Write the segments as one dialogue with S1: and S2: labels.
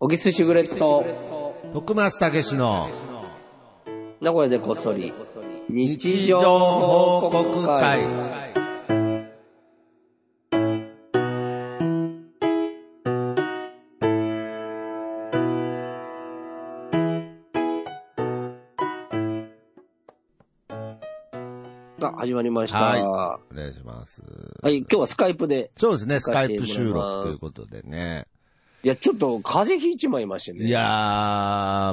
S1: おぎすしぐれと、
S2: 徳松たけしの
S1: 名古屋でこっそり、
S2: 日常報告会。
S1: が始まりました。は
S2: はお願いします。
S1: い、今日はスカイプで。
S2: そうですね、スカ
S1: 難しい
S2: イプ収
S1: もので
S2: 録とい
S1: す
S2: うことでね。
S1: いや、ちょっと風邪ひいちまいましてね。
S2: いやー、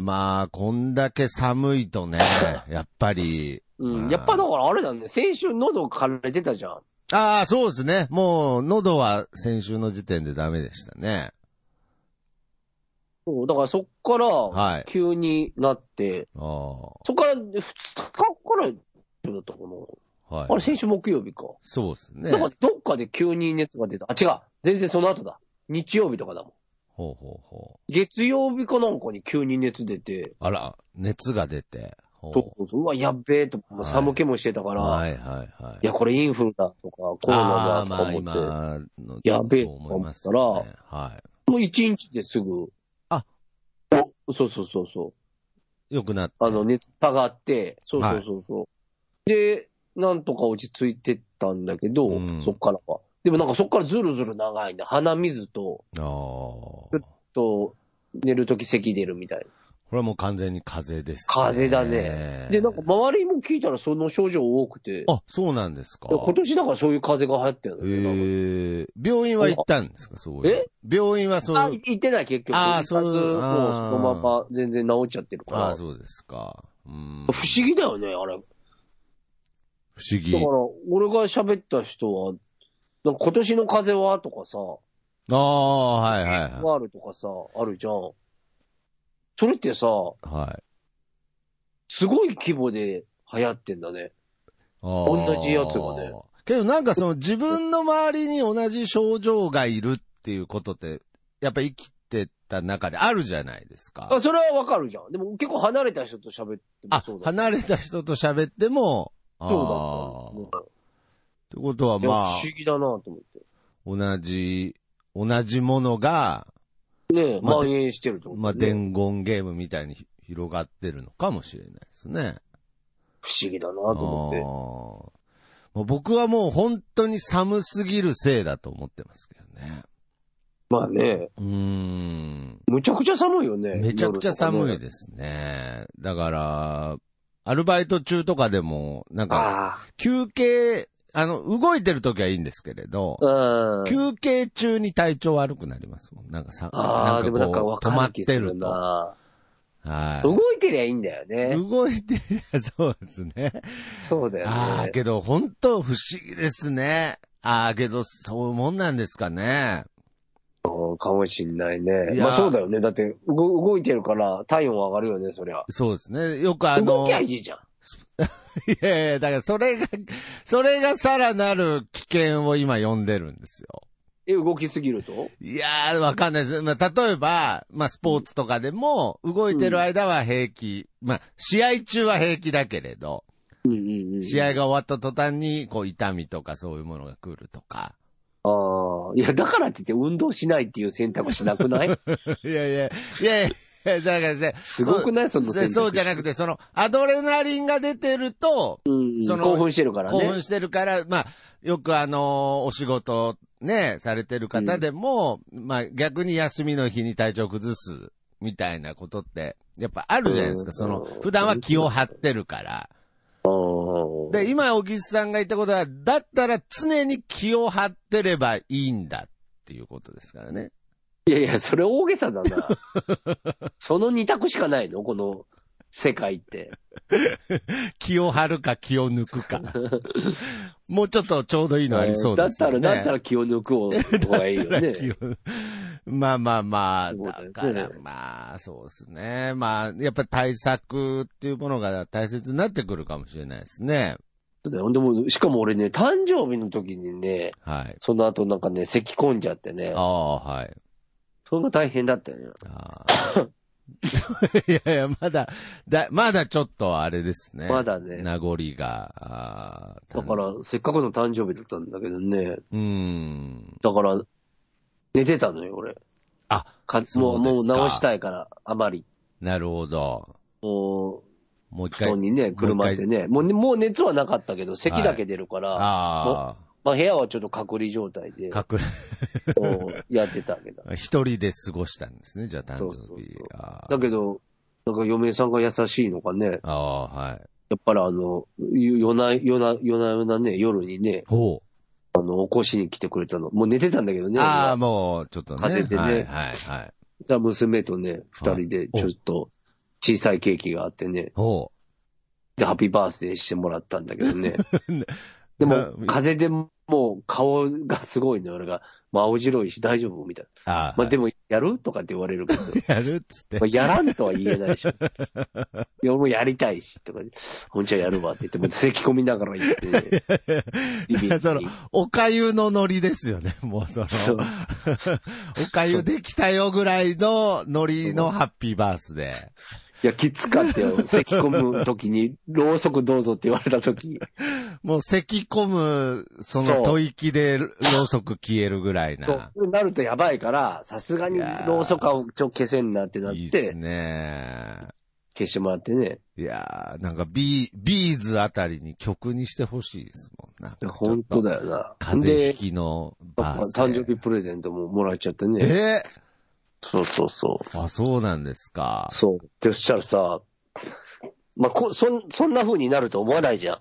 S2: まあ、こんだけ寒 いとね、やっぱり。
S1: う
S2: ま
S1: ん。
S2: あ
S1: やっぱだからあれだね、先週喉枯れてたじゃん。
S2: ああ、そうですね。もう、喉は先週の時点でダメでしたね。
S1: そう、だからそっか
S2: は
S1: ら
S2: い、
S1: 急になって、
S2: ああ、
S1: そっから2日からだったかな。
S2: はい。
S1: あれ、先週木曜日か。
S2: そうですね。
S1: だからどっかで急に熱が出た。あ、違う。全然その後だ。日曜日とかだもん。
S2: ほうほうほ
S1: 月曜日かなんかに急に熱出て、
S2: う。あら、熱が出て。ほ
S1: そうそうそううわ、やっべえと、
S2: はい
S1: 寒気もしてたから、い、
S2: はいはいはい。
S1: や、これインフルだとか、コロ
S2: あ
S1: ナだ
S2: あ
S1: と
S2: ま
S1: か
S2: あ
S1: 思って、
S2: 今の
S1: やべえ
S2: そう思います
S1: と
S2: よ
S1: 思っ
S2: ね。は
S1: もう一日ですぐ、
S2: あ
S1: おそうそうそうそう、
S2: い。よくなって。
S1: あの、熱下がって、そうそうそうそう、で、なんとか落ち着いてったんだけど、
S2: うん
S1: そっからは。でもなんかそっからずるずる長いんだ。鼻水と、
S2: ああ。こ
S1: と、寝るとき咳出るみたいな。
S2: れはもう完全に風邪です、
S1: 風邪だねで、なんか周りも聞いたらその症状多くて、
S2: あ、そうなんですか。
S1: 今年だからそういう風邪が流行ってるんだ
S2: え
S1: よね。
S2: ー、病院は行ったんですかそういう。
S1: え
S2: 病院はそう。
S1: あ、行ってない、結局。
S2: あーそう
S1: 行かずもうそ
S2: あー
S1: のまま全然治っちゃってるか
S2: ああ、
S1: ら。
S2: そうですか。うん。
S1: 不思議だよね、あれ。だ
S2: 不思議。
S1: から、俺が喋った人は、なんか今年の風邪はとかさ、
S2: ああ、はいはいは
S1: ワールとかさ、あるじゃん。それってさ、
S2: い。はい。
S1: すごい規模で流行ってんだね。
S2: 同
S1: 同じやつがね。
S2: けどなんかその自分の周りに同じ症状がいるっていうことって、やっぱ生きてた中であるじゃないですか。
S1: あ、それはわかるじゃん。でも結構離れた人と喋っても
S2: あ
S1: そう、だ
S2: 離れた人と喋っても、あ
S1: そうだ
S2: あ
S1: ったん
S2: ーっ
S1: だ
S2: てことは
S1: よ。いや
S2: まあ
S1: 不、思議だなと思って。
S2: 同じ、同じものが、
S1: ねえ、
S2: まあ
S1: 蔓延してると思う、
S2: まあ、伝言ゲームみたいにひ広がってるのかもしれないですね。
S1: 不思議だなと
S2: あ
S1: 思って。
S2: ーもう僕はもう本当に寒すぎるせいだと思ってますけどね。
S1: まあね、
S2: うーん。
S1: むちゃくちゃ寒いよね。
S2: めちゃくちゃ寒い
S1: で。
S2: ですね。だから、アルバイト中とかでも、なんか、
S1: あ
S2: 休憩、あの、動いてる時はいいんですけれど、
S1: あ。うん。
S2: 休憩中に体調悪くなりますもん。なんかさ、
S1: ああ、でもなんか
S2: こう
S1: わかる気する
S2: 止まっ
S1: な。
S2: てると。は
S1: 動いてりゃいいんだよ
S2: い。
S1: ね。
S2: 動いてりゃ そうですね。
S1: そうだ
S2: あ
S1: よ
S2: あ、
S1: ね。
S2: けど本当不思議ですね。ああ、けどそういうもんなんですかね。
S1: うんかもしんないね。
S2: いや
S1: まあそうだよね。だって、うご動いてるから体温上がるよね、そりゃ。
S2: そうですね。よくあ
S1: 動
S2: の、
S1: きゃいいじゃん。
S2: いやいや、だからそれが、それがさらなる危険を今呼んでるんですよ。
S1: え、動きすぎると
S2: いやー、わかんないです。まあ、例えば、まあ、スポーツとかでも、動いてる間は平気。まあ、試合中は平気だけれど、
S1: うんうんうん。
S2: 試合が終わった途端に、こう、痛みとかそういうものが来るとか。
S1: ああ。いや、だからって言って運動しないっていう選択しなくない
S2: いやいや、いやいや、だからね、
S1: すごくないその選択肢。
S2: そうじゃなくて、その、アドレナリンが出てると、
S1: うん
S2: その
S1: 興奮してるからね。
S2: 興奮してるから、まあ、よくあのーお仕事ね、されてる方でも、まあ、逆に休みの日に体調崩すみたいなことって、やっぱあるじゃないです
S1: う
S2: か。
S1: ん
S2: その、普段は気を張ってるから。
S1: うん
S2: で、今、小木さんが言ったことは、だったら常に気を張ってればいいんだっていうことですからね。
S1: いやいや、それ大げさだ な。その二択しかないのこの世界って。
S2: 気を張るか気を抜 くか。もうちょっとちょうどいいのありそうですよね。
S1: だったら、だったら気を抜く方が いいよね。
S2: 気をまあまあまあ、
S1: そうだ
S2: だ
S1: よね
S2: からまあ、そうですね。まあ、やっぱり対策っていうものが大切になってくるかもしれないですね。
S1: でも、しかも俺ね、誕生日の時にね、
S2: はい。
S1: その後なんかね、咳込んじゃってね
S2: あ、あ、はい。
S1: それが大変だったよね。
S2: あ ーいやいや、まだ、だ、まだちょっとあれですね。
S1: まだね
S2: 名残が、あー
S1: だか、ら、せっかくの誕生日だったんだけどね、
S2: うん。
S1: だから、寝てたのよ、俺。
S2: あ、
S1: かもう、
S2: そうですか
S1: もう直したいから、あまり。
S2: なるほど。
S1: もう、
S2: もう一
S1: 布
S2: 回。
S1: 団にね、車ってね。もうね、もう熱はなかったけど、咳だけ出るから、
S2: あ
S1: まあ部屋はちょっと隔離状態で
S2: あ、、かく、
S1: こうやってたわけど
S2: 一人で過ごしたんですね、じゃあ誕生日。
S1: そうそうそう
S2: あ
S1: だけど、なんか嫁さんが優しいのかね、
S2: ああー、はい。
S1: やっぱりあの、ゆ夜な、夜な、夜な夜なね、夜にね、
S2: ほ
S1: あの、起こしに来てくれたの。もう寝てたんだけど
S2: う。
S1: ね。
S2: ああ、
S1: 俺は
S2: もう、ちょっとね。
S1: 風邪でね
S2: はい、はい、はい。
S1: じゃあ娘とね、二人で
S2: はい
S1: ちょっと小さいケーキがあってね、
S2: ほ
S1: で、ハッピーバースデーしてもらったんだけど ね。でも、風邪でもう顔がすごいの、俺が。まあ、青白いし大丈夫みたいな。
S2: う。ああ。
S1: まあ、で
S2: も。
S1: も、やるとかって言われるけど。
S2: やるっつって
S1: まあ、。やらんとは言えないで しょ。いや、俺もやりたいし、とか、ほんちゃやるわって言って、もう咳込みながら言って、リビン
S2: そ
S1: グ
S2: の
S1: に。、
S2: おかゆのノリですよね、もうその。
S1: そう
S2: おかゆできたよぐらいのノリのハッピーバースデー。
S1: いや、きつかった よ。咳込む時に、ろうそくどうぞって言われた時。
S2: もう咳込む、そ
S1: そ
S2: の
S1: う
S2: 吐息でろうそく消えるぐらいな。
S1: そうなるとやばいから、さすがにろうそくをちょ消せんなってなっ
S2: いいってす、ね。
S1: 消してもらってね。
S2: いやー、なんかビー、ビーズあたりに曲にしてほしいですもんな。
S1: 本当だよな。
S2: 風邪
S1: で、
S2: ひきのバースデー。
S1: 誕生日プレゼントももらっちゃってね。
S2: え
S1: そうそうそう。
S2: あ、そうなんですか。
S1: そう。で、そしたらさ、まあ、こ、そん、そんな風になると思わないじゃん。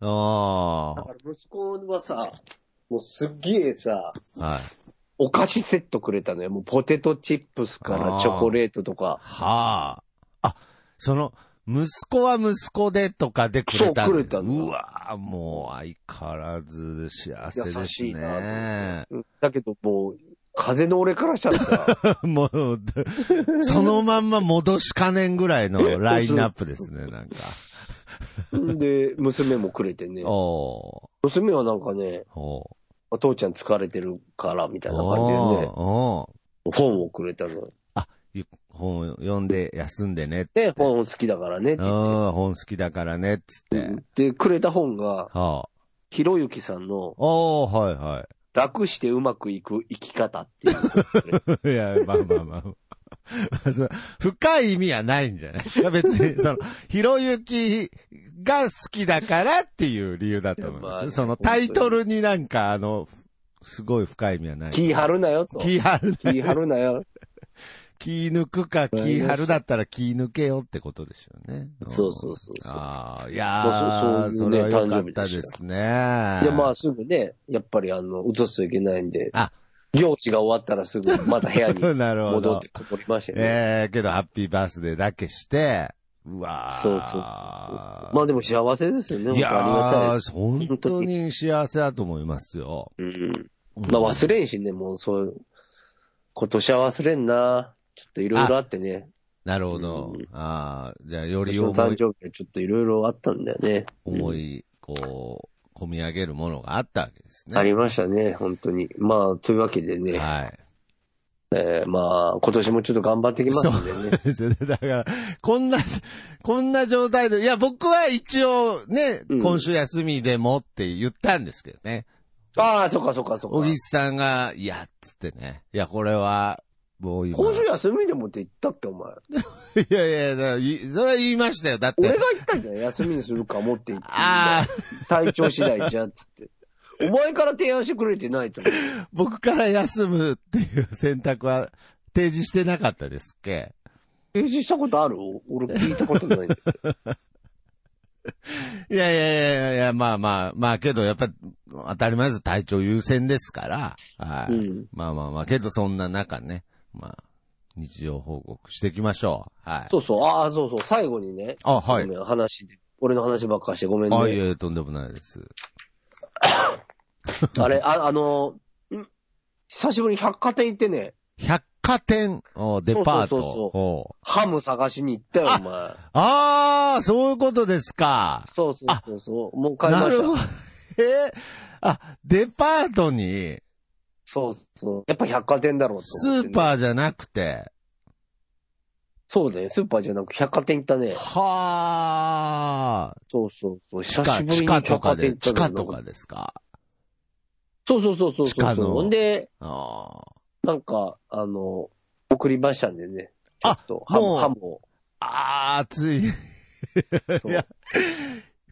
S2: あ
S1: だから息子はさ、もうすっげえさ、
S2: あ。はい。
S1: お菓子セットくれたのよ。もうポテトチップスからチョコレートとか。
S2: はあ。あ、その、息子は息子でとかでくれた
S1: そうくれたの
S2: うわーもう相変わらず幸せで
S1: 優
S2: す
S1: しいなと
S2: ね。
S1: うんだけどもう、風邪の俺からしたら さ、
S2: もう、でそのまんま戻しかねんぐらいのラインナップです ね、なんか。
S1: で、娘もくれてね。
S2: お
S1: 娘はなんかね、
S2: ーお
S1: お父ちゃん疲れてるから、みた
S2: ー
S1: いな感じで
S2: おー
S1: ね、
S2: おー
S1: 本をくれたの。
S2: ゆ本読んで休んでねっつって。
S1: で、本好きだからね、って
S2: う
S1: 言っ
S2: ん、本好きだからねっつって。
S1: て。で、くれた本が、
S2: はあ。
S1: ひろゆきさんの、
S2: おー、はいはい。
S1: 楽してうまくいく生き方って いう。
S2: いや、まあまあまあ。まあその深い意味はないんじゃないいや別に、その、ひろゆきが好きだからっていう理由だと思いま
S1: いや
S2: す。
S1: まあ
S2: そのタイトルになんか、あの、すごい深い意味はない。
S1: 気張るなよと。
S2: 気張る
S1: 気張るなよ。
S2: 気抜くか、気張るだったら気抜けよってことでしょうね。ん
S1: そうそうそうそう
S2: ああ、い
S1: ま
S2: や
S1: あ
S2: ー、
S1: そそう
S2: そう
S1: い
S2: れ
S1: う
S2: は
S1: ね
S2: 良かった
S1: 誕生日
S2: で
S1: ですし
S2: ね。
S1: で、まあすぐね、やっぱりあの、移すといけないんで、
S2: あ
S1: 行事が終わったらすぐまた部屋に
S2: なるほど
S1: 戻ってこもりましたよね。
S2: ええけど、ハッピーバースデーだけして、うわー
S1: そうそうそうそうそう。まあでも幸せですよね。
S2: いや
S1: 本当ありがたいで
S2: ー
S1: す。
S2: 本当に幸せだと思いますよ。
S1: うん。
S2: うん
S1: まあ忘れんしね、もうそういう、今年は忘れんな。ちょっといろいろあってね。
S2: なるほど
S1: うん。
S2: ああ、じゃあ、よ
S1: 私
S2: り
S1: の
S2: 思
S1: 誕
S2: い、
S1: 生日はちょっといろいろあったんだよね。
S2: 思い、こう、込み上げるものがあったわけですね。
S1: ありましたね、本当に。まあ、というわけでね、
S2: はい。
S1: えーまあ、今年もちょっと頑張ってきますんでね。
S2: だから、こんな、 こんな状態で、いや、僕は一応ね、
S1: うん
S2: 今週休みでもって言ったんですけどね。
S1: ああ、そっかそっかそ
S2: 小
S1: っか
S2: 木。さんが、いや、っつってね。いや、これは、もう今。
S1: 今週休みでもって言ったっけ、お前。
S2: いやいや、だからいそれは言いましたよ。だっ
S1: 俺
S2: て
S1: が。言ったんじゃない休みにするかもって言って。
S2: あ
S1: 体調次第じゃん、つって。お前から提案してくれてないと思う。
S2: あ、僕から休むっていう選択は提示してなかったですっけ
S1: 提示したことある俺聞いたことないんだよ。
S2: いやいやいやいや、まあまあ、まあけど、やっぱ、当たり前です。体調優先ですから。はい。
S1: うん
S2: まあまあまあ、けどそんな中ね、まあ、日常報告していきましょう。はい。
S1: そうそう、ああ、そうそう、最後にね。
S2: あ、はい
S1: ご。めん話で。俺の話ばっかしてごめん
S2: あ、い
S1: ね。
S2: え、とんでもないです。
S1: あれ、あ、あの、ん久しぶりに百貨店行ってね、
S2: 百貨店、おデパート。
S1: そうそうそうそ
S2: お
S1: ハム探しに行ったよ、お前。
S2: ああ、そういうことですか。
S1: そうそうそうそう。もう買いました。
S2: ど。 えーあ、デパートに、
S1: そうそう。やっぱ百貨店だろうと
S2: ス
S1: 思ってね、
S2: ーパーじゃなくて、
S1: そうだよ、スーパーじゃなく百貨店行ったね。
S2: はあ、
S1: そうそうそう。
S2: 地
S1: 久し
S2: 下、
S1: ぶり
S2: 地
S1: に
S2: 下
S1: 百
S2: と
S1: 貨
S2: か
S1: 店行
S2: で、
S1: った
S2: 地
S1: んだ
S2: 下
S1: けど
S2: とかですか。
S1: そうそうそうそう
S2: 地下
S1: そう。
S2: の
S1: ほんで、
S2: ああ、
S1: なんか、あの、送りましたんでね。ちょ
S2: あ
S1: っとハム
S2: もう
S1: ハムを。
S2: あー、つい。
S1: そ
S2: いうや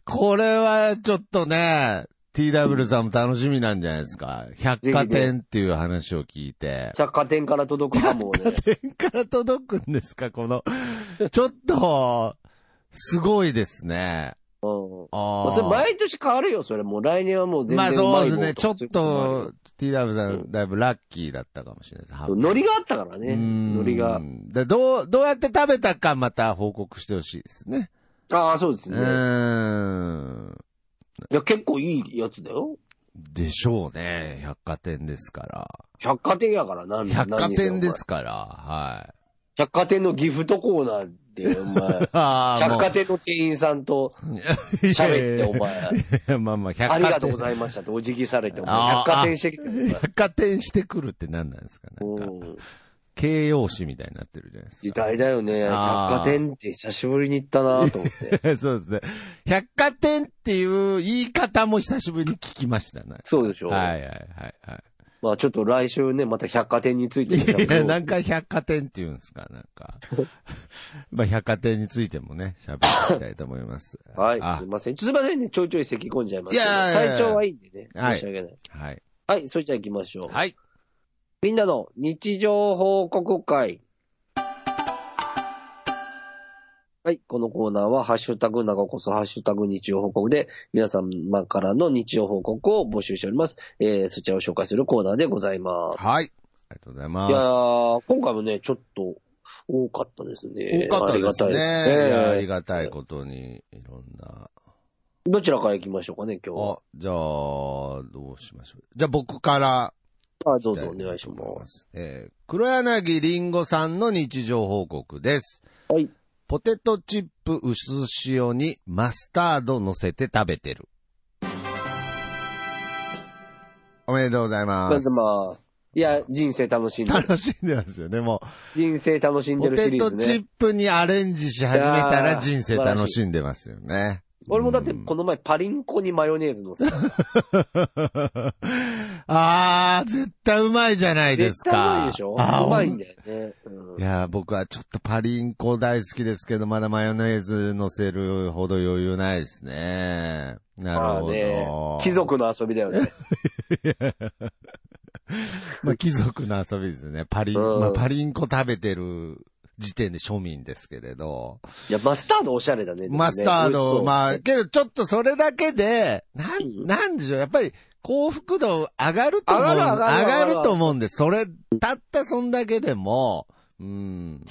S2: これはちょっとね、TW さんも楽しみなんじゃないですか。百貨店っていう話を聞いて。
S1: 百貨店から届くハムをね。
S2: 百貨店から届くんですか、この。ちょっと、すごいですね。
S1: うん。
S2: あ
S1: まあ、それ
S2: ー。
S1: 毎年変わるよ、それ。もう来年はもう全然
S2: まあそうです
S1: まい
S2: ね。
S1: 棒
S2: ちょっと、TW さ、
S1: うん
S2: だいぶラッキーだったかもしれないです。
S1: そうノリがあったからね。ノリが
S2: う。んで、どう、どうやって食べたかまた報告してほしいですね。
S1: ああ、そうです
S2: う
S1: ね。
S2: ーん。
S1: いや、結構いいやつだよ。
S2: でしょうね。百貨店ですから。
S1: 百貨店やからなん
S2: 百貨
S1: 何
S2: 店
S1: せ
S2: で
S1: お前
S2: すから、はい。。
S1: 百貨店のギフトコーナーで、お前
S2: ああ、も
S1: 百貨店の店員さんと
S2: う、
S1: 喋って、お前。
S2: 前。 まあまあ、百貨
S1: あ
S2: 店。
S1: りがとうございましたってお辞儀されて、お前
S2: あー
S1: 百貨店してきて、お前。
S2: 百貨店してくるって何なんですかね。なんか
S1: うん
S2: 形容詞みたいになってるじゃないですか。
S1: 時代だよね。百
S2: あー
S1: 貨店って久しぶりに行ったなと思って。
S2: そうですね。百貨店っていう言い方も久しぶりに聞きましたね。
S1: そうでしょ、
S2: はいはいはいはい。
S1: まあちょっと来週ね、また百貨店についても
S2: い
S1: 喋ろ
S2: や
S1: う
S2: いや、何回百貨店って言うんですか、なん か。まあ、百貨店についてもね、喋っていきたいと思います。
S1: はい、
S2: あ
S1: すいません。すいませんね、ちょいちょい咳込んじゃいますけど。
S2: いやいやいや
S1: 体調はいいんでね。
S2: はい
S1: 申し訳ない。
S2: はい。
S1: はい、それじゃあ行きましょう。
S2: はい。
S1: みんなの日常報告会。はい。このコーナーは、ハッシュタグ、なごこそ、ハッシュタグ、日常報告で、皆様からの日常報告を募集しております。えー、そちらを紹介するコーナーでございます。
S2: はい。ありがとうございま
S1: い
S2: す
S1: や。ー、今回もね、ちょっと多かったですね。
S2: 多かったですね。
S1: あ
S2: い
S1: りが
S2: や
S1: た
S2: あ
S1: い
S2: り
S1: ですね。
S2: がたいことに、いろんな。
S1: どちらから行きましょうかね、今日は
S2: あ、じゃあ、どうしましょう。じゃあ僕から。。
S1: あどうぞお願いします。
S2: す。えー、黒柳りんごさんの日常報告です。
S1: はい。
S2: ポテトチップ薄塩にマスタード乗せて食べてる。おめでとうござい
S1: あ
S2: ま
S1: りが
S2: す。
S1: とうございます。いや、人生楽しんでる。
S2: 楽しんでますよね、もう。
S1: 人生楽しんで
S2: ポ
S1: るシ
S2: テ
S1: リー
S2: ト
S1: ズ
S2: チ
S1: ね
S2: ッ。プにアレンジし始めた
S1: いや
S2: ら
S1: ー
S2: 人生楽しんでますよね。
S1: 俺もだってこの前パリンコにマヨネーズのせた。
S2: あー、絶対うまいじゃないです
S1: 絶対う
S2: か。
S1: まいでしょ
S2: あー
S1: うまいんだよね。うん
S2: いやー、僕はちょっとパリンコ大好きですけど、まだマヨネーズ乗せるほど余裕ないですね。な
S1: ま
S2: る
S1: あ
S2: ほど。
S1: ね、貴族の遊びだよね。
S2: まあ、貴族の遊びですね。パリン、
S1: うん
S2: まあ、パリンコ食べてる時点で庶民ですけれど。
S1: いや、マスタードおしゃれだね。でもね
S2: マスター
S1: 美味しそ
S2: ド、
S1: う
S2: まあ、けどちょっとそれだけで、な
S1: うん
S2: ん、なんでしょう、やっぱり幸福度上がると思う。
S1: 上がる上がる上がる
S2: 上がると思うんで、それ、たったそんだけでも、うん。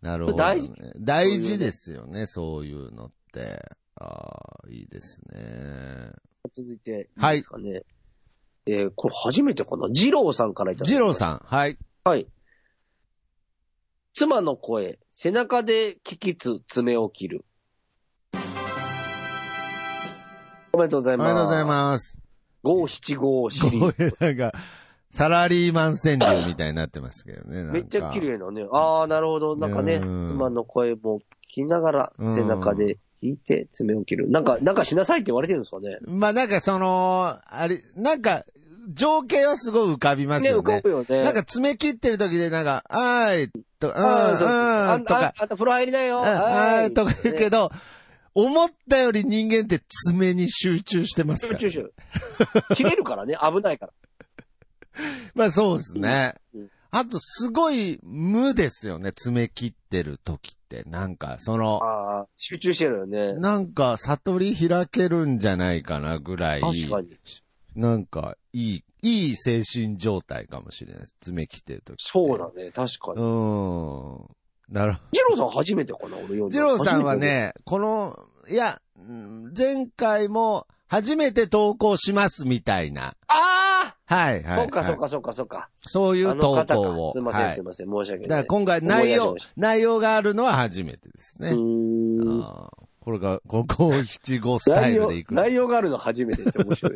S2: なるほど、ね。
S1: 大事
S2: 大事ですよね、そういうのって。ああ、いいですね。
S1: 続いて、いいですかね。えーこれ初めてかな二郎さんからいただい
S2: ジ
S1: た
S2: ローさん、はい。
S1: はい。妻の声、背中で聞きつ、爪を切る。おめでとうござ
S2: お
S1: い
S2: め
S1: ま。
S2: ですとうございます。
S1: 五七五シリーズ。
S2: こういうなんか、サラリーマン川柳みたいになってますけどね。なんか
S1: めっちゃ綺麗なね。ああ、なるほど。なんかね、
S2: うん
S1: 妻の声も聞きながら、
S2: うん
S1: 背中で引いて爪を切る。なんか、なんかしなさいって言われてるんですかね。
S2: まあなんかその、あれ、なんか、情景はすごい浮かびます
S1: ね、
S2: よ
S1: 浮
S2: ね。
S1: かぶよね。
S2: なんか、爪切ってる時でなんか、あーい、と、
S1: あ
S2: あ
S1: あ、そうそう。
S2: ー
S1: あ
S2: うんん、と
S1: た、あ
S2: か、
S1: あんた風呂入りなよ。
S2: うんあー、とか言うけ
S1: ど。
S2: ど、思ったより人間って爪に集中してますか
S1: 集中
S2: ら。
S1: しよう切れる からね、危ないから。
S2: まあそうですね
S1: うん。
S2: あと、すごい無ですよね、爪切ってる時って。なんか、その、
S1: ああ、集中してるよね。
S2: なんか、悟り開けるんじゃないかなぐらい。
S1: 確かに。
S2: なんか、いい、いい精神状態かもしれないです。爪切ってるとき。
S1: そうだね、確か
S2: う
S1: に。
S2: ーん。なるほ
S1: ジローさん初めてかな、俺読ん
S2: ど。
S1: だ
S2: ジ
S1: の
S2: ローさんは、ね、この、いや、うん前回も、初めて投稿しますみたいな。
S1: あ
S2: はい、はい。
S1: あそうか、そう
S2: はい。
S1: か、そうか、そうか。
S2: そうい
S1: あ
S2: う
S1: の
S2: 投
S1: 方
S2: 稿
S1: か。
S2: を。
S1: すいません、
S2: は
S1: すい
S2: い。
S1: ません、申し訳
S2: だか
S1: な
S2: ら
S1: い。
S2: 今回、
S1: 思い出
S2: 内
S1: し
S2: 容
S1: まし、
S2: 内容があるのは初めてですね
S1: う。ーん。
S2: あーこれが、五五七五スタ
S1: 内
S2: イル
S1: 容
S2: でい、く。
S1: 内容があるの初めてって面 白い。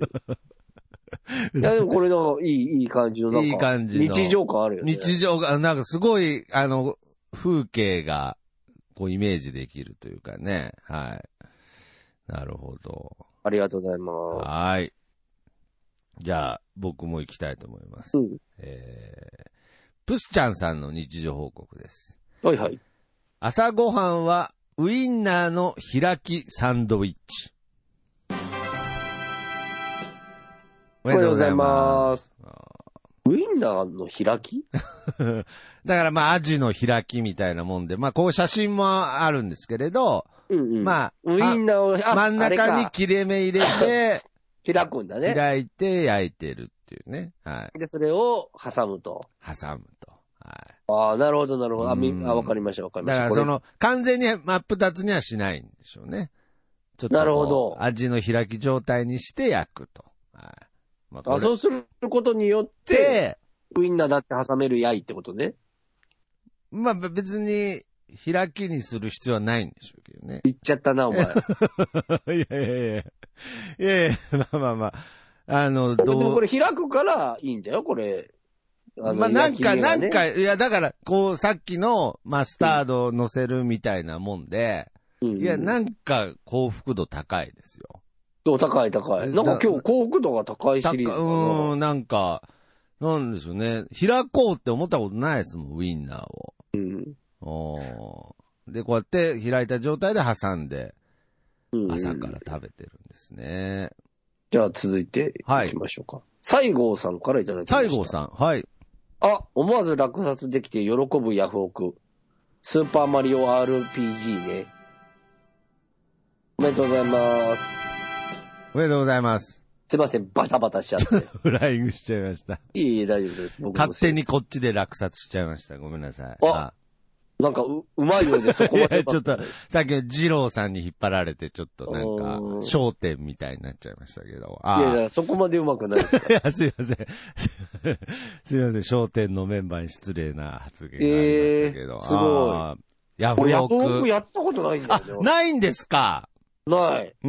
S1: いや、でもこれの、いい、いい感じの、なんか。
S2: いい感じの
S1: 日常感あるよね。
S2: 日常が、なんかすごい、あの、風景が、こうイメージできるというかね。はい。なるほど。
S1: ありがとうございま
S2: はい。じゃあ、僕も行きたいと思います
S1: す。。うん。
S2: えープスちゃんさんの日常報告です。
S1: はいはい。
S2: 朝ごはんは、ウインナーの開きサンドイッチ。お
S1: おはようござい
S2: す。
S1: ます。ウインナーの開き
S2: だからまあ、アジの開きみたいなもんで、まあ、こう写真もあるんですけれど、
S1: うんうん。あ、
S2: まあ、
S1: ウインナーを、あ
S2: 真ん中
S1: あ
S2: に
S1: れか
S2: 切 れ目入れて、
S1: 開くんだね。
S2: 開いて焼いてるっていうね。は
S1: で、それを挟むと。
S2: い。挟むと。は
S1: ああ、なるほど、なるほど。あ、み
S2: うん
S1: あ、わかりました、わか
S2: い。
S1: りま
S2: だ
S1: し
S2: か
S1: た。
S2: ら
S1: これ
S2: そ、の、完全に真っ二つにはしないんでしょうね。ちょっとこ
S1: な
S2: う。
S1: るほど
S2: 味の開き状態にして焼くと。はい。まあ
S1: あ、そううすることによって、
S2: で、
S1: ウインナーだって挟めるやいってことね。
S2: まあ別に、開きにする必要はないんでしょうけど ね。
S1: 言っちゃったな、お前。
S2: いやいやいや。いやいや、まあまあまあ。あの、
S1: で
S2: ど
S1: も
S2: う
S1: こ。れ開くからいいんだよ、これ。の
S2: まあなんか、
S1: 焼き目
S2: な
S1: がね
S2: んか、いやだから、こう、さっきのマスタードを乗せるみたいなもんで、
S1: うん
S2: いや、なんか幸福度高いですよ。
S1: そう、高い高い。なんか今日幸福度が高いシリーズ
S2: 高
S1: だ
S2: う
S1: な。
S2: ーん、なんか、なんでしょうね。開こうって思ったことないですもん、ウインナーを。
S1: うん
S2: おーで、こうやって開いた状態で挟んで、
S1: うん
S2: 朝から食べてるんですね。
S1: じゃあ続いていきましょうか。西郷さんからいただきました。
S2: 西郷さん、はい。
S1: あ、思わず落札できて喜ぶヤフオク。スーパーマリオ RPG ね。おめでとうございます。
S2: おめでとうございます。
S1: すいません、バタバタしちゃって。
S2: フライングしちゃいました。
S1: いえいえ、大丈夫です。僕の
S2: 勝
S1: せ
S2: 手
S1: いで
S2: に
S1: す。
S2: こっちで落札しちゃいました。ごめんなさい。
S1: あなんかう、うまいようでそこま
S2: い
S1: で
S2: や。ちょっと、さっきの二郎さんに引っ張られて、ちょっとなんか
S1: お、ー
S2: 焦点みたいになっちゃいましたけど。あ
S1: い
S2: ー
S1: やいや、そこまでうまくないです。
S2: いや、すいません。 すいません。商店のメンバーに失礼な発言がありましたけど。
S1: えーすごい
S2: あー。ヤフ
S1: 俺、ヤフ
S2: オ
S1: オク
S2: ク。
S1: やったことないんだ
S2: あ、
S1: よね。
S2: ないんですか
S1: ない。
S2: うー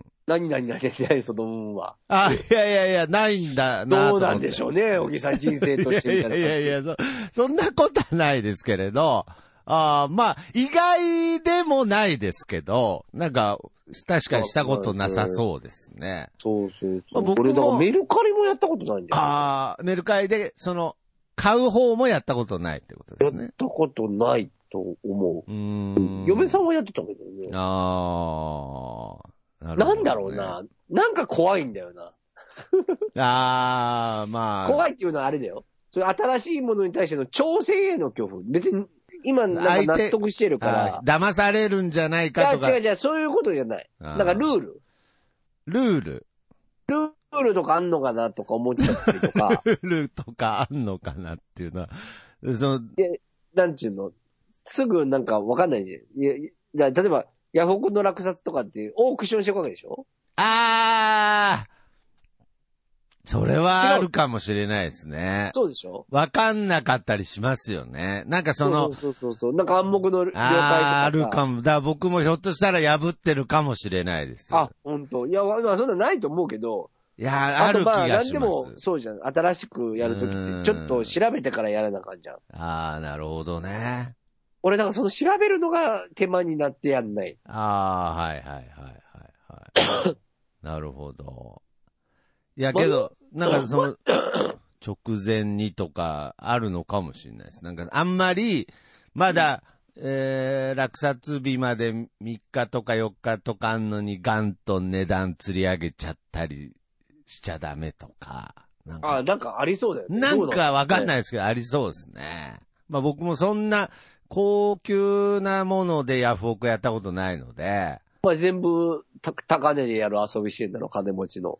S2: ん。
S1: 何何何何何その運は。
S2: あ、いやいやいや、ないんだな
S1: どうなんでし
S2: ょ
S1: ょうね、小木さん人生としてみたいな感じ。
S2: いやいやいや、そ、そんなことはないですけれど。あーまあ、意外でもないですけど、なんか、確かにしたことなさそうですね。
S1: そうそう
S2: ま
S1: そ
S2: あ
S1: う。
S2: 僕も
S1: 俺、だからメルカリもやったことないんだよね。
S2: ああ、メルカリで、その、買う方もやったことないってことで
S1: やっ
S2: すね。
S1: たことないと思
S2: う
S1: う。
S2: ーん。
S1: 嫁さ
S2: ん
S1: んはやってたけどね。
S2: ああ。なるほ
S1: な
S2: ど
S1: んだろうな。。なんか怖いんだよな。
S2: ああ、まあ。
S1: 怖いっていうのはあれだよ。それ新しいものに対しての挑戦への恐怖。別に、今、なんか納得してる
S2: あ
S1: か
S2: ー騙されるんじゃない
S1: ら。
S2: か
S1: い
S2: と
S1: や、違
S2: か
S1: う。違う、そういうことじゃない。
S2: あー
S1: なんかルール。
S2: ルール。、
S1: ルールとかあんのかなとか思っちゃったりとか
S2: ルールとかあんのかなっていうのは。その、
S1: なんちゅうの、すぐなんかわかんないじゃん。いやいや例えば、ヤフオクの落札とかってオークションしていくわけでしょ
S2: ああそれはあるかもしれないですね。
S1: そうでしょ
S2: わかんなかったりしますよね。なんかそ
S1: そ
S2: の、
S1: うそうそうそう。なんか暗黙の了解とかさ。
S2: ああ、あるかも。だから僕もひょっとしたら破ってるかもしれないです。
S1: あ、本当。いや、まあそんなないと思うけど。
S2: いや、ある気
S1: まあ、
S2: が
S1: なん
S2: し
S1: で
S2: ま
S1: も
S2: す。
S1: そうじゃん。新しくやるとき
S2: う
S1: っ
S2: ん
S1: て、ちょっと調べてからやらなあかんじゃん。
S2: ああ、なるほどね。
S1: 俺、だからその調べるのが手間になってやんない。
S2: ああ、はいはいはいはいはい。なるほど。いや、けど、なんかその、直前にとかあるのかもしれないです。なんかあんまり、まだ、えー、落札日まで3日とか4日とかあんのにガンと値段釣り上げちゃったりしちゃダメとか。なんか
S1: あなんかありそうだよね。
S2: なんかわかんない
S1: い。
S2: ですけど、ありそうですね。まあ僕もそんな高級なものでヤフオクやったことないので、
S1: まあ、全部た、高値でやる遊びしてんだろ、金持ちの。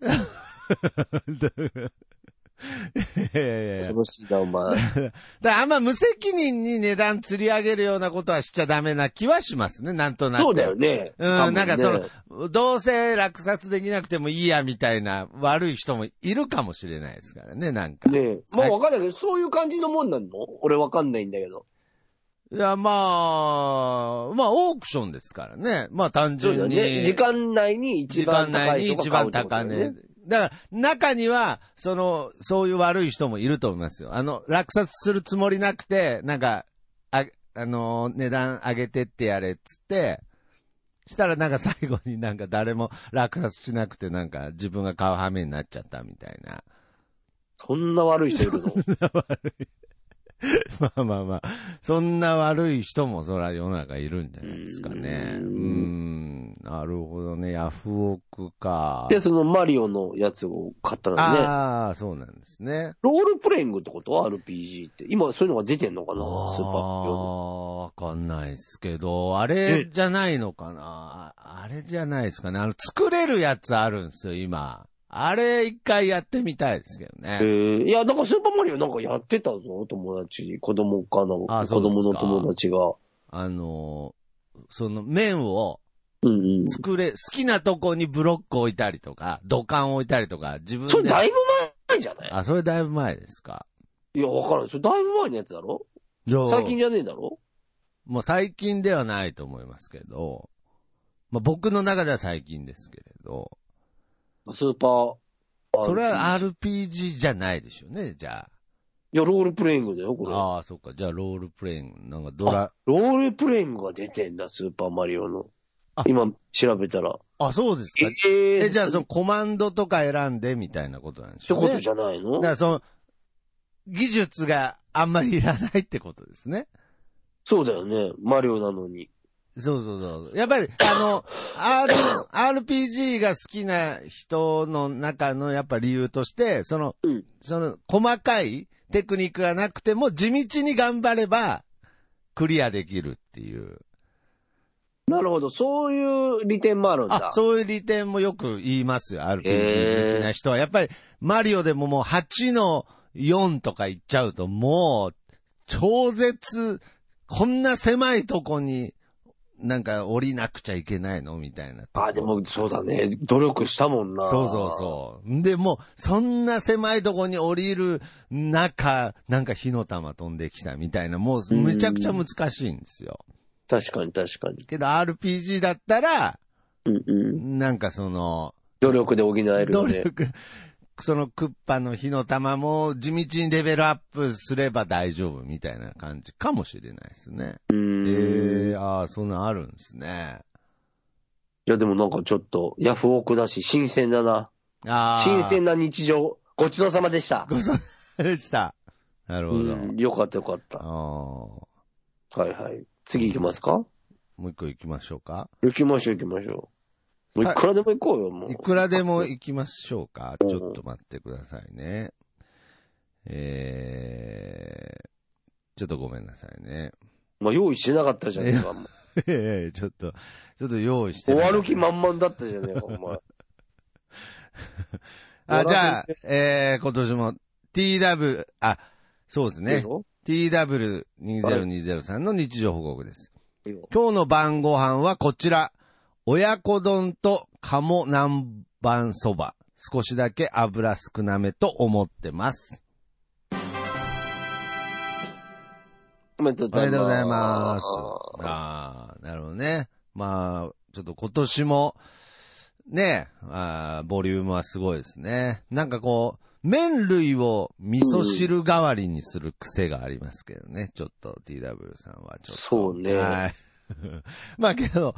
S2: いやいやいや
S1: 恐ろしいな、お 前。
S2: だからあんま無責任に値段釣り上げるようなことはしちゃダメな気はしますね、なんとなく。
S1: そうだよね。
S2: うん
S1: 多分ね
S2: なんかそのどうせ落札できなくてもいいやみたいな悪い人もいるかもしれないですからね、なんか。
S1: ねえ。まあわかんないけど、そういう感じのもんなんの俺わかんないんだけど。
S2: いや、まあ、まあオークションですからね。まあ単
S1: そう
S2: 純
S1: だよ
S2: に。
S1: ね。時間内に一
S2: 時
S1: 番
S2: 間
S1: 高
S2: 内
S1: い人
S2: に
S1: が買う
S2: 一番
S1: ってことだ
S2: 高
S1: よね。
S2: 値。だから、中には、その、そういう悪い人もいると思いますよ。あの、落札するつもりなくて、なんか、あ、あのー値段上げてってやれっつって、したらなんか最後になんか誰も落札しなくてなんか自分が買う羽目になっちゃったみたいな。
S1: そんな悪い人いるの
S2: まあまあまあ、そんな悪い人もそら世の中いるんじゃないですかね。う
S1: うん
S2: ーん、なるほどね。ヤフオクか。
S1: で、そのマリオのやつを買ったのね。
S2: ああ、そうなんですね。
S1: ロールプレイングってこと ?RPG って。今そういうのが出てんのかなスーパーマリオの。
S2: あーわかんないですけど、あれじゃないのかなああれじゃないですかね。あの、作れるやつあるんですよ、今。あれ一回やってみたいですけどね。
S1: えーいや、なんかスーパーマリオなんかやってたぞ、友達に。子供かな
S2: あ
S1: 子
S2: そうですか
S1: 供の友達が。
S2: あのーその面を
S1: うんうん。
S2: 作れ、好きなとこにブロック置いたりとか、土管置いたりとか、自分で。
S1: それだいぶ前じゃない
S2: あ、それだいぶ前ですか。
S1: いや、わからん。それだいぶ前のやつだろ最近じゃねえだろ
S2: もう最近ではないと思いますけど、まあ、僕の中では最近ですけれど、
S1: スーパー。
S2: それは
S1: RPG
S2: RPG じゃないでしょうね、じゃ
S1: いや、ロールプレイングだよ、こ
S2: あ。
S1: れ。
S2: ああ、そっか。じゃあ、ロールプレイング、なんかドラ、
S1: ロールプレイングが出てんだ、スーパーマリオの
S2: あ。
S1: 今、調べたら。
S2: あ、そうですか。
S1: え
S2: え、じゃあ、そ
S1: っ
S2: のコマンドとか選んでみたいなことなんでしてょうね。
S1: ことじゃないの
S2: だから、その、技術があんまりいらないってことですね。
S1: そうだよね、マリオなのに。
S2: そうそうそう。やっぱり、あの、R、RPG が好きな人の中のやっぱ理由として、その、
S1: うん
S2: その、細かいテクニックがなくても、地道に頑張れば、クリアできるっていう。
S1: なるほど、そういう利点もあるんだ。
S2: あ、そういう利点もよく言いますよ、RPG
S1: えー
S2: 好きな人は。やっぱり、マリオでももう8の4とかいっちゃうと、もう、超絶、こんな狭いとこに、なんか降りなくちゃいけないのみたいなとこ。
S1: あ、でもそうだね、努力したもんな。
S2: そうそうそう。で、もう、そんな狭いとこに降りる中、なんか火の玉飛んできたみたいな、もう、めちゃくちゃ難しいんですよ。
S1: 確かに確かに。
S2: けど、RPG だったら、
S1: うんうん。
S2: なんかその、
S1: 努力で補えるよ
S2: 努
S1: ね。
S2: 力、そのクッパの火の玉も地道にレベルアップすれば大丈夫みたいな感じかもしれないですね。
S1: う
S2: え
S1: ーん。い
S2: ー、ああ、そんなんあるんですね。
S1: や、でもなんかちょっと、ヤフオクだし、新鮮だな。
S2: ああ。
S1: 新鮮な日常。ごちそうさまでした。
S2: ごちそうさまでした。なるほど。
S1: うんよかったよかっ
S2: ああ
S1: た。
S2: も
S1: はいはい。次行きますか
S2: う一個行きましょうか。
S1: 行きましょう行きましょう。もういくらでも行こうよ、もう。
S2: いくらでも行きましょうか。ちょっと待ってくださいね。えー、ちょっとごめんなさいね。
S1: まあ、用意してなかったじゃねえか。もう
S2: ええちょっと、ちょっと用意して
S1: 終
S2: なかっ
S1: わ
S2: た
S1: る気満々だったじゃね えか、お前。
S2: あ、じゃあ、えー、今年も TW、あ、そうです
S1: いい
S2: ね。
S1: よ
S2: TW2020 さんの日常報告です。
S1: いいよ
S2: 今日の晩ご飯はこちら。親子丼と鴨南蛮そば。少しだけ油少なめと思ってます。
S1: おめでとう
S2: お
S1: ご
S2: め
S1: ざ
S2: で
S1: います。
S2: とうございます。ああ、なるほどね。まあ、ちょっと今年も、ね、あーボリュームはすごいですね。なんかこう、麺類を味噌汁代わりにする癖がありますけどね。ちょっと TW さんはちょっと。
S1: そうね
S2: はい。 まあけど、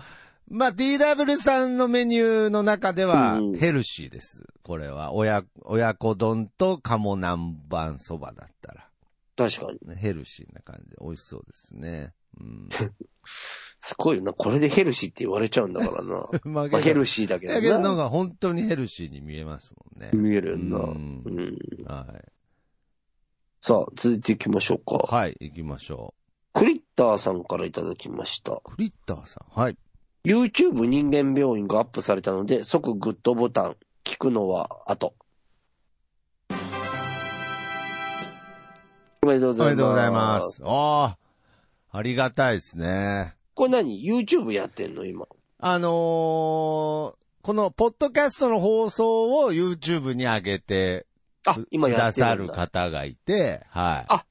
S2: まあ TW さんのメニューの中では
S1: うん
S2: ヘルシーです。これは。親、親子丼と鴨南蛮そばだったら。
S1: 確かに。
S2: ねヘルシーな感じで美味しそうですね。うん。
S1: すごいよな。これでヘルシーって言われちゃうんだから な。
S2: まあ
S1: まあ、ヘル
S2: シ
S1: シーだけ
S2: だけど
S1: ど
S2: なん
S1: な。
S2: か本当にヘルシーに見えますもんね。
S1: 見えるよな。
S2: う
S1: うん
S2: ん。はい。
S1: さあ、続いていきましょうか。
S2: はい、行きましょ
S1: クリッターさんからいただきました。
S2: う。クリッターさん。はい。
S1: YouTube 人間病院がアップされたので、即グッドボタン。聞くのは後。おめでとうご
S2: お
S1: ざ
S2: め
S1: います。
S2: でとうございま。す。ああ、ありがたいですね。
S1: これ何 ?YouTube やってんの今。
S2: あのーこのポッドキャストの放送を YouTube に上げて
S1: あ、今
S2: く
S1: や
S2: だ
S1: ってるんだ。
S2: さる方がいて、は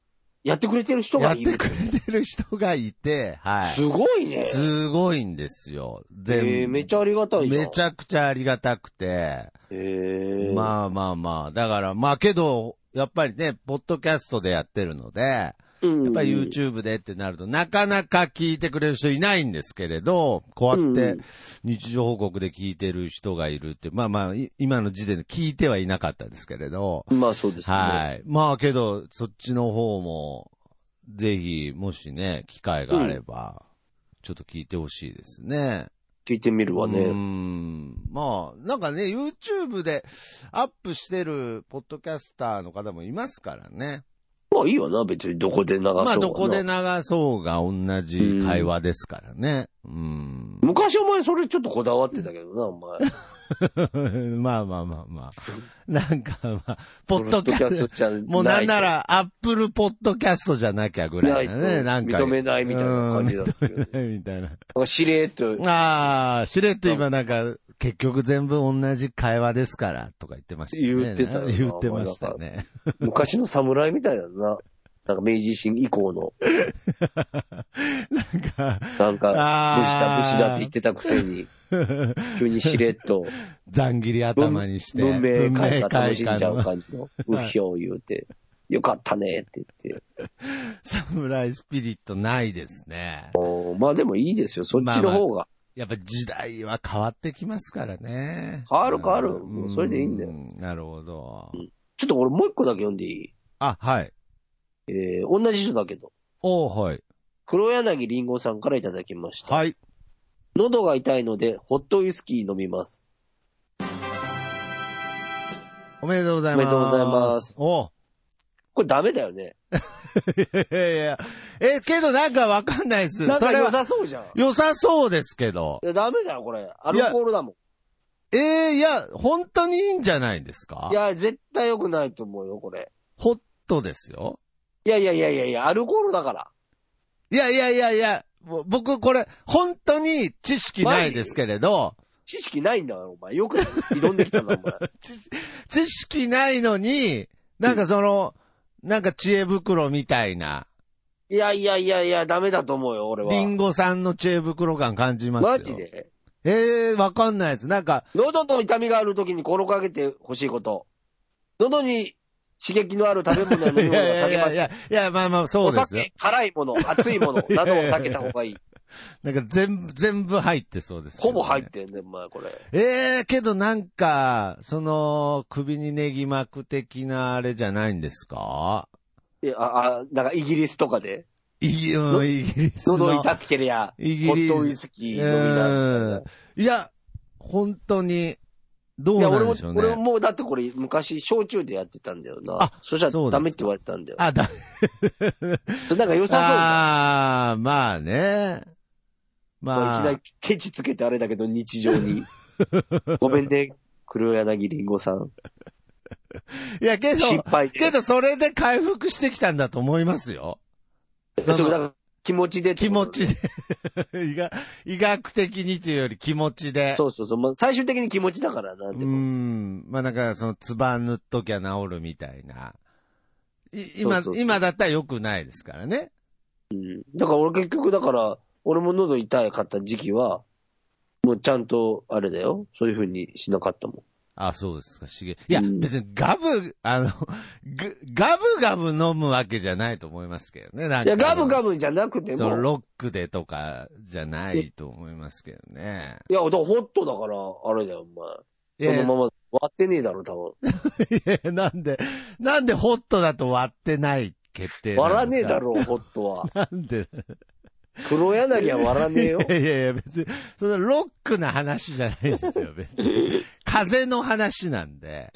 S2: い。
S1: やってくれてる人
S2: や
S1: が
S2: っ
S1: いる
S2: て。くれてる人がいて、はい。
S1: すごいね。
S2: すごいんですよ。
S1: え
S2: 全部。
S1: ー、めちゃありがたいじゃん。
S2: めちゃくちゃありがたくて。
S1: えー、
S2: まあまあまあ。だから、まあけど、やっぱりね、ポッドキャストでやってるので、
S1: あ。うん。
S2: やっぱり YouTube でってなると、なかなか聞いてくれる人いないんですけれど、こうやっ
S1: う
S2: て
S1: ん
S2: 日常報告で聞いてる人がいるって、まあまあ、い今の時点で聞いてはいなかったですけれど、
S1: まあそうですね。
S2: はい。まあけど、そっちの方も、ぜひ、もしね、機会があれば、ちょっと聞いてほしいですね。
S1: 聞いてみるわ
S2: うー
S1: ね。
S2: ん。まあ、なんかね、YouTube でアップしてるポッドキャスターの方もいますからね。
S1: まあいいわな、別にどこで流そうがな
S2: まあ、どこで流そうが同じ会話ですからね。うん。
S1: 昔お前それちょっとこだわってたけどな、お前。
S2: まあまあまあまあ。なんか、まあ、ポ
S1: ポ
S2: ッドキャスト。
S1: じゃい
S2: もうなんな、ら、アップルポッドキャストじゃなきゃぐらいだ
S1: ない
S2: ね。
S1: と
S2: なんか。
S1: 認めないみたいな感じだった
S2: う
S1: け
S2: ん
S1: ど
S2: 認めないみたいな。
S1: なんかしれーっと。
S2: ああ、しれっと今なんか、結局全部同じ会話ですから、とか言ってましたね。
S1: 言ってたよな
S2: 言ってましたね。
S1: 昔の侍みたいだな。なんか明治維新以降の、
S2: なんか、
S1: なんか、武士だ、
S2: あ
S1: 武士だって言
S2: ー
S1: ってたくせに、急にしれっ と、
S2: ざん切り
S1: 文
S2: 頭にして、
S1: 文明開化楽しん
S2: 文明開
S1: じゃ
S2: 化
S1: う
S2: の
S1: 感じの、うひょう言うて、よかったねって言って。
S2: サムライスピリットないですね。
S1: おーまあでもいいですよ、そっちの方が。
S2: やっぱ時代は変わってきますからね。
S1: 変わる変わる
S2: うん
S1: もうそれでいいんだよ
S2: なるほど。
S1: ちょっと俺もう一個だけ読んでい
S2: あ、はい。
S1: いえー、同じ人だけど。
S2: おー、はい。
S1: 黒柳りんごさんからいただきました。
S2: はい。
S1: 喉が痛いので、ホットウイスキー飲みます。
S2: おめでとうございます。
S1: おめでとうございます
S2: お
S1: これダメだよね。
S2: ーいやいや。え、けどなんかわかんないです。
S1: なん
S2: そ
S1: か
S2: れ
S1: 良
S2: は
S1: さそうじゃん。い
S2: 良さそうですけど。
S1: や、ダメだよ、これ。アルコールだも
S2: えー、いや、本当にいいんじゃないですか
S1: ん。いや、絶対良くないと思うよ、これ。
S2: ホットですよ。
S1: いやいやいやいやいや、アルコールだから。
S2: いやいやいやいや、もう僕これ、本当に知識ないですけれど、
S1: 知識ないんだから、お前。よく挑んできたな、お前。
S2: 知識ないのに、なんかその、なんか知恵袋みたいな、
S1: いやいやいやいや、ダメだと思うよ、俺は。
S2: リンゴさんの知恵袋感感じますよ。
S1: マジで
S2: えー、わかんないです。なんか、
S1: 喉の痛みがある時に心掛けてほしいこと。喉に刺激のある食べ物や飲
S2: いや
S1: み
S2: い
S1: 物は
S2: や
S1: 避
S2: い
S1: けま
S2: や
S1: し
S2: い
S1: ょう
S2: や、いやまあまあ、そ
S1: お
S2: うですよ。
S1: 酒、辛いもの、熱いも のなどを避けた方がいい。
S2: なんか全部、全部入ってそうです、
S1: ほぼ入っ。てんね、お前、これ。
S2: ええけどなんか、その、首にネギ巻く的なあれじゃないんですか
S1: いや、あ、あなんかイギリスとかで、
S2: い
S1: の
S2: うんイギリスの。
S1: 喉痛くてりゃ、
S2: イ
S1: ホ
S2: ギ
S1: ッ
S2: リ
S1: トウイ
S2: ス。
S1: スキー飲み
S2: う
S1: な。
S2: ん。いや、本当に、どう
S1: いや、
S2: な
S1: 俺
S2: ん
S1: も
S2: でしょ、う
S1: 俺
S2: ね。
S1: もうだってこれ昔、焼酎でやってたんだよな。
S2: あ
S1: そした
S2: そ
S1: ら
S2: うですか
S1: ダメって言われたんだよ。
S2: あ、だ、
S1: それなんか良さそうだ。
S2: ああ、まあね。
S1: まあ、い
S2: ま
S1: きなり
S2: あ、
S1: ケチつけてあれだけど、日常 に。ごめんね、黒柳りんごさん。
S2: いや、けど、
S1: 心配で。
S2: けどそれで回復してきたんだと思いますよ。
S1: それだから気持ちでって
S2: 気
S1: こ
S2: 持
S1: と
S2: ちで。医学医学的にというより気持ちで。
S1: そうそうそう。まあ、最終的に気持ちだからな
S2: うん
S1: でも。
S2: ん。まあなんか、その、つば塗っときゃ治るみたいな。い今、
S1: そうそうそう
S2: 今だったら良くないですからね。
S1: だから俺結局だから、俺も喉痛かった時期は、もうちゃんと、あれだよ。そういう風にしなかったも
S2: あ、そうですか、しげ。いや、
S1: うん
S2: 別にガブ、あの、ぐガブガブ飲むわけじゃないと思いますけどね。なん
S1: ん。い
S2: か
S1: や、ガブガ
S2: ブ
S1: ブじゃなくて
S2: その
S1: も、
S2: ロックでとかじゃないと思いますけどね。
S1: いや、だからホットだから、あれだよ、お
S2: い
S1: 前。
S2: や
S1: そのまま割ってねえだろ、多
S2: いや、なんで、なんでホットだと割ってない決定
S1: 分。割らねえだ
S2: ろ。
S1: ろ、ホットは。
S2: なんで
S1: 黒柳は割らねえよ
S2: い。やいやいや、別に、そのロックな話じゃないですよ、別に。風の話な んで。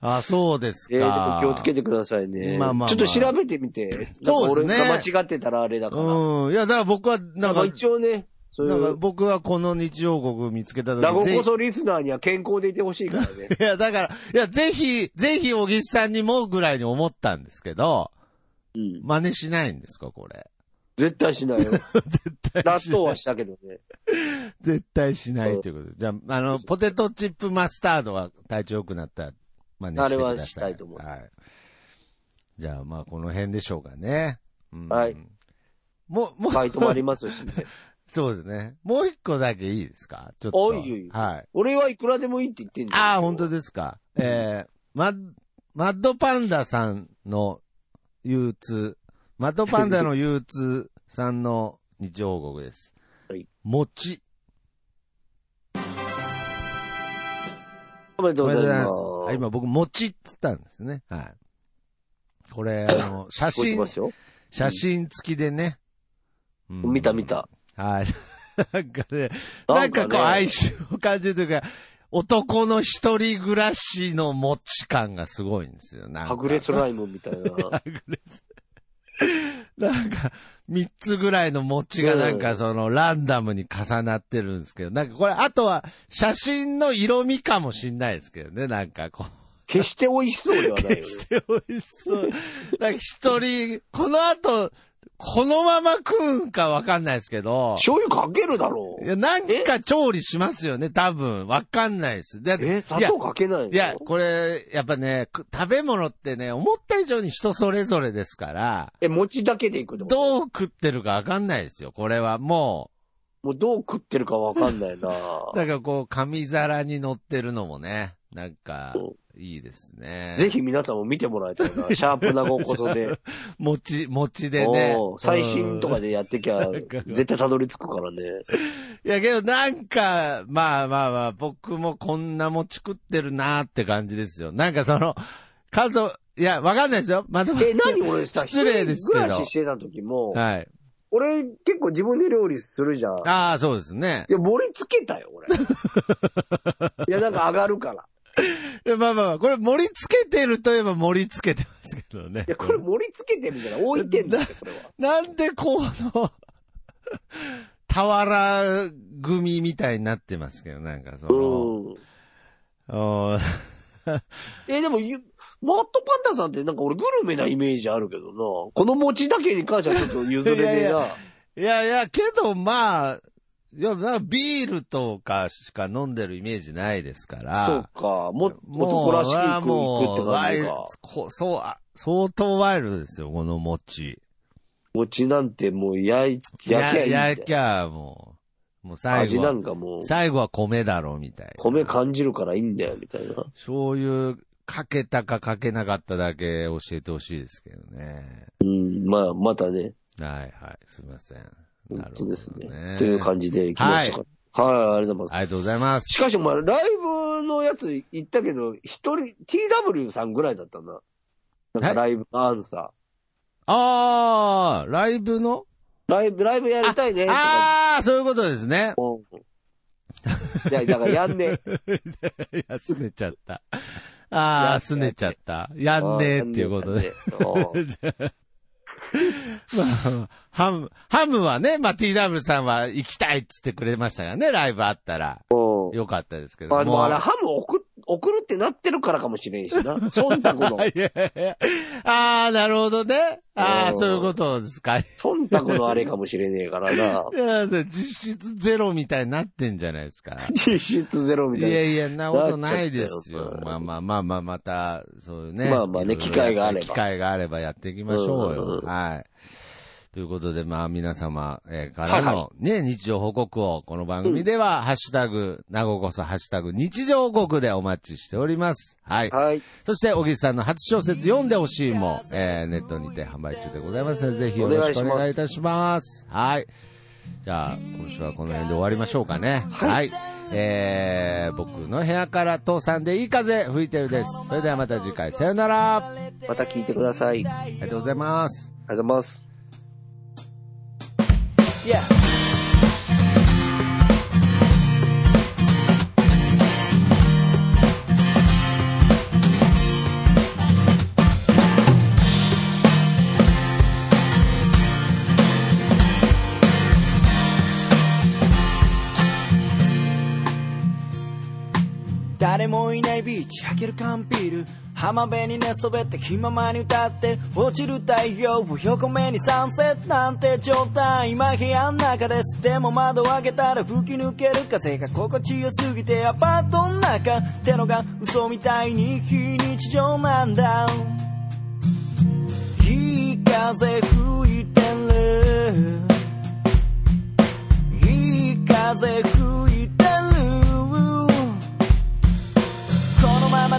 S2: あ、そうですか。
S1: えー、でも気をつけてくださいね。
S2: まあまあまあ
S1: ちょっと調べてみて。
S2: そうですね
S1: なんか俺が間違ってたらあれだから。
S2: うん。いや、だから僕は、
S1: な
S2: なんん
S1: か
S2: か、
S1: 一応ね、そうい
S2: なんか
S1: う、
S2: 僕はこの日曜国見つけた
S1: ラゴン
S2: 時ぜ
S1: こそリスナーには健康でいてほしいから ね。
S2: ひいや、だから、いや、ぜひ、ぜひ、小木さんにもぐらいに思ったんですけど、
S1: うん。
S2: 真似しないんですか、これ。
S1: 絶対しないよ。
S2: 絶
S1: 納
S2: 対しな。
S1: 豆はいしたけどね。
S2: 絶対しないということで。じゃあ、あの、ポテトチップマスタードは体調良くなったら、真似してください。
S1: あれはしたいと思う
S2: はい。じゃあ、まあ、この辺でしょうかね。うん
S1: はい。
S2: もう、もう、
S1: 買い止まります しね。
S2: そうですね。もう一個だけいいですかちょっと。
S1: おいおい
S2: はい。
S1: 俺はいくらでもいいって言ってんだよ
S2: ああ、本当ですか。えー、マッ、マッドパンダさんの憂鬱、マトパンダの憂鬱さんの日曜報告です。
S1: はい。
S2: 餅。
S1: おめでと
S2: お
S1: う
S2: め
S1: ござい
S2: でとうござい
S1: ま
S2: ます
S1: す。。
S2: あ今僕、餅って言ったんですね。はい。これ、あの、写
S1: 覚えて
S2: 真
S1: ま、すよ。
S2: 写真付きでね。うん
S1: 見た見。た。
S2: はい。 なんかね、
S1: な
S2: なんん
S1: かね
S2: かこう哀愁を感じるというか、男の一人暮らしの持ち感がすごいんですよ。なんか
S1: はぐれスライムみたいな。
S2: なんか、三つぐらいの餅がなん
S1: う
S2: か
S1: ん
S2: そのランダムに重なってるんですけど、なんかこれ、あとは写真の色味かもしんないですけどね、なんかこう。
S1: 決して美味しそうでは ないよね。
S2: して美味しそう。なんか一人、この後、このまま食うんかわかんないですけど。
S1: 醤油かけるだろ。
S2: いうや、なんか調理しますよね、多分。わかんないです。だって
S1: え、砂糖かけないの
S2: いや、いや、これ、やっぱね、く食べ物ってね、思った以上に人それぞれですから、
S1: え、餅だけでいくの
S2: どう食ってるかわかんないですよ、これは。も
S1: もうどう食ってるかわかんないな
S2: う、 だからこう、紙皿に乗ってるのもね、なんか、いいですね。
S1: ぜひ皆さんも見てもらいたい な。シャープなごこそで。
S2: 餅、餅でね
S1: お。ー最新と
S2: うん
S1: かでやってきゃ、
S2: か
S1: 絶対たどり着く からね。
S2: いやけどなんか、まあまあまあ、僕もこんなもん作ってるなーって感じですよ。なんかその、感想、いや、わかんないですよ。まだまだ
S1: え、何俺さ、
S2: 失礼ですけど
S1: 一人暮らししてた時も、
S2: はい。
S1: 俺結構自分で料理するじゃん。
S2: ああ、そうですね
S1: い。や、盛り付けた よ、俺。いや、なんか上がるから。
S2: いやまあまあまあ、これ盛り付けてるといえば盛り付けてますけどね。
S1: いや、これ盛り付けてるんじゃない置いてんだって、これは。
S2: なんでこの、 俵組みたいになってますけど、なんかそ
S1: うん。
S2: の、おー
S1: え、でもゆ、マットパンダさんってなんか俺グルメなイメージあるけどな。この餅だけに関してはちょっと譲れねえな。
S2: いやいいやいや、けどまあ、いや、なんかビールとかしか飲んでるイメージないですか ら。
S1: そうか。も、
S2: もう
S1: 男らしく
S2: 俺は
S1: 行く
S2: も
S1: って
S2: うワ
S1: 感
S2: イ
S1: じ
S2: ル
S1: か。
S2: こそう、あ相当ワイルドですよ、この餅。
S1: 餅なんてもう焼い、焼きゃいいんだよ
S2: 焼きゃもう、もう最
S1: 味
S2: 後
S1: な
S2: は、
S1: んかもう、
S2: 最後は米だろ、みたいな。
S1: 米感じるからいいんだよ、みたいな。
S2: 醤油かけたかかけなかっただけ教えてほしいですけどね。
S1: うん、まあ、またね、
S2: はいはい、すみません。な
S1: 本
S2: るほ
S1: 当
S2: ど
S1: ですね。という感じで行きましたか。はい、ありがとうございます。
S2: ありがとうございます。
S1: しかし、まあ、ライブのやつ行ったけど、一人、TW さんぐらいだったな。なんか
S2: え
S1: ライブアンサ
S2: あー、ライブの
S1: ー。ライブ、ライブやりたいね、とか。
S2: あー、そういうことですね。
S1: いや、だからやんねえ。
S2: いや、すねちゃった。あ
S1: や
S2: ー、すねちゃった。 やんねえっていうことで。
S1: うん。
S2: まあ、 ハム、ハムはね、まあ、TW さんは行きたいっつってくれましたからね、ライブあったら。
S1: うん
S2: よかったですけど
S1: まあ、でもあれ、
S2: う
S1: ハム送る、送るってなってるからかもしれんしな。 忖度の、
S2: いやいやいやああ、なるほどね。あ
S1: う
S2: あ、
S1: ん
S2: そういうことですか。い
S1: 忖度のあれかもしれねえからな。
S2: や実質ゼロみたいになってんじゃないですか。
S1: 実質ゼロみ
S2: い
S1: たいな。
S2: やいや、んなことないです
S1: なっちゃっ
S2: よ
S1: た。よ
S2: まあまあまあまあ、また、そういうね。
S1: まあまあね
S2: いろいろ
S1: 機会があれば
S2: 機会があればやっていきましょ
S1: うん
S2: う
S1: うん
S2: よ。
S1: うん
S2: はい。ということで、まあ皆様、えーから
S1: はいは
S2: のね、日常報告を、この番組では、ハッシュタグ、なごこそ、ハッシュタグ、日常報告でお待ちしております。はい。
S1: はい。
S2: そして、小木さんの初小説読んでほしいも、えーネットにて販売中でございますので、ぜひよろしくお願いいたします。はい。じゃあ、今週はこの辺で終わりましょうかね。はい。えー、僕の部屋から父さんでいい風吹いてるです。それではまた次回、さよなら。あ
S1: また聞いてください。あり
S2: りがとうございます。
S1: がとうございます。
S3: Yeah.「誰もいないビーチ開ける缶ビール」「浜辺に寝そべって気ままに歌って」「落ちる太陽を横目にサンセットなんて状態」「今部屋の中です」「でも窓を開けたら吹き抜ける風が心地よすぎて」「アパートの中ってのが嘘みたいに非日常なんだ」「いい風吹いてる」「いい風吹いてる」このまま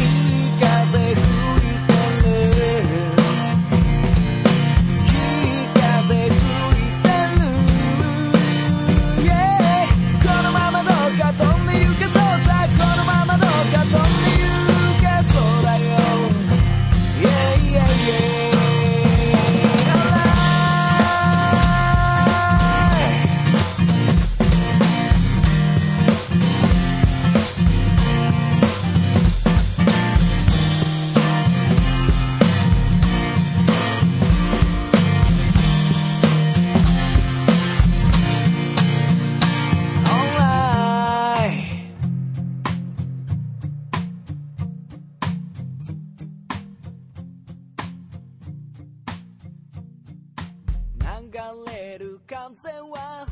S3: いい風吹いてるいい風吹いてる Yeah このままどうか飛んで行けそうさこのままどうか飛んで行けそうだよ Yeah, yeah, yeah. Alright. 流れる風は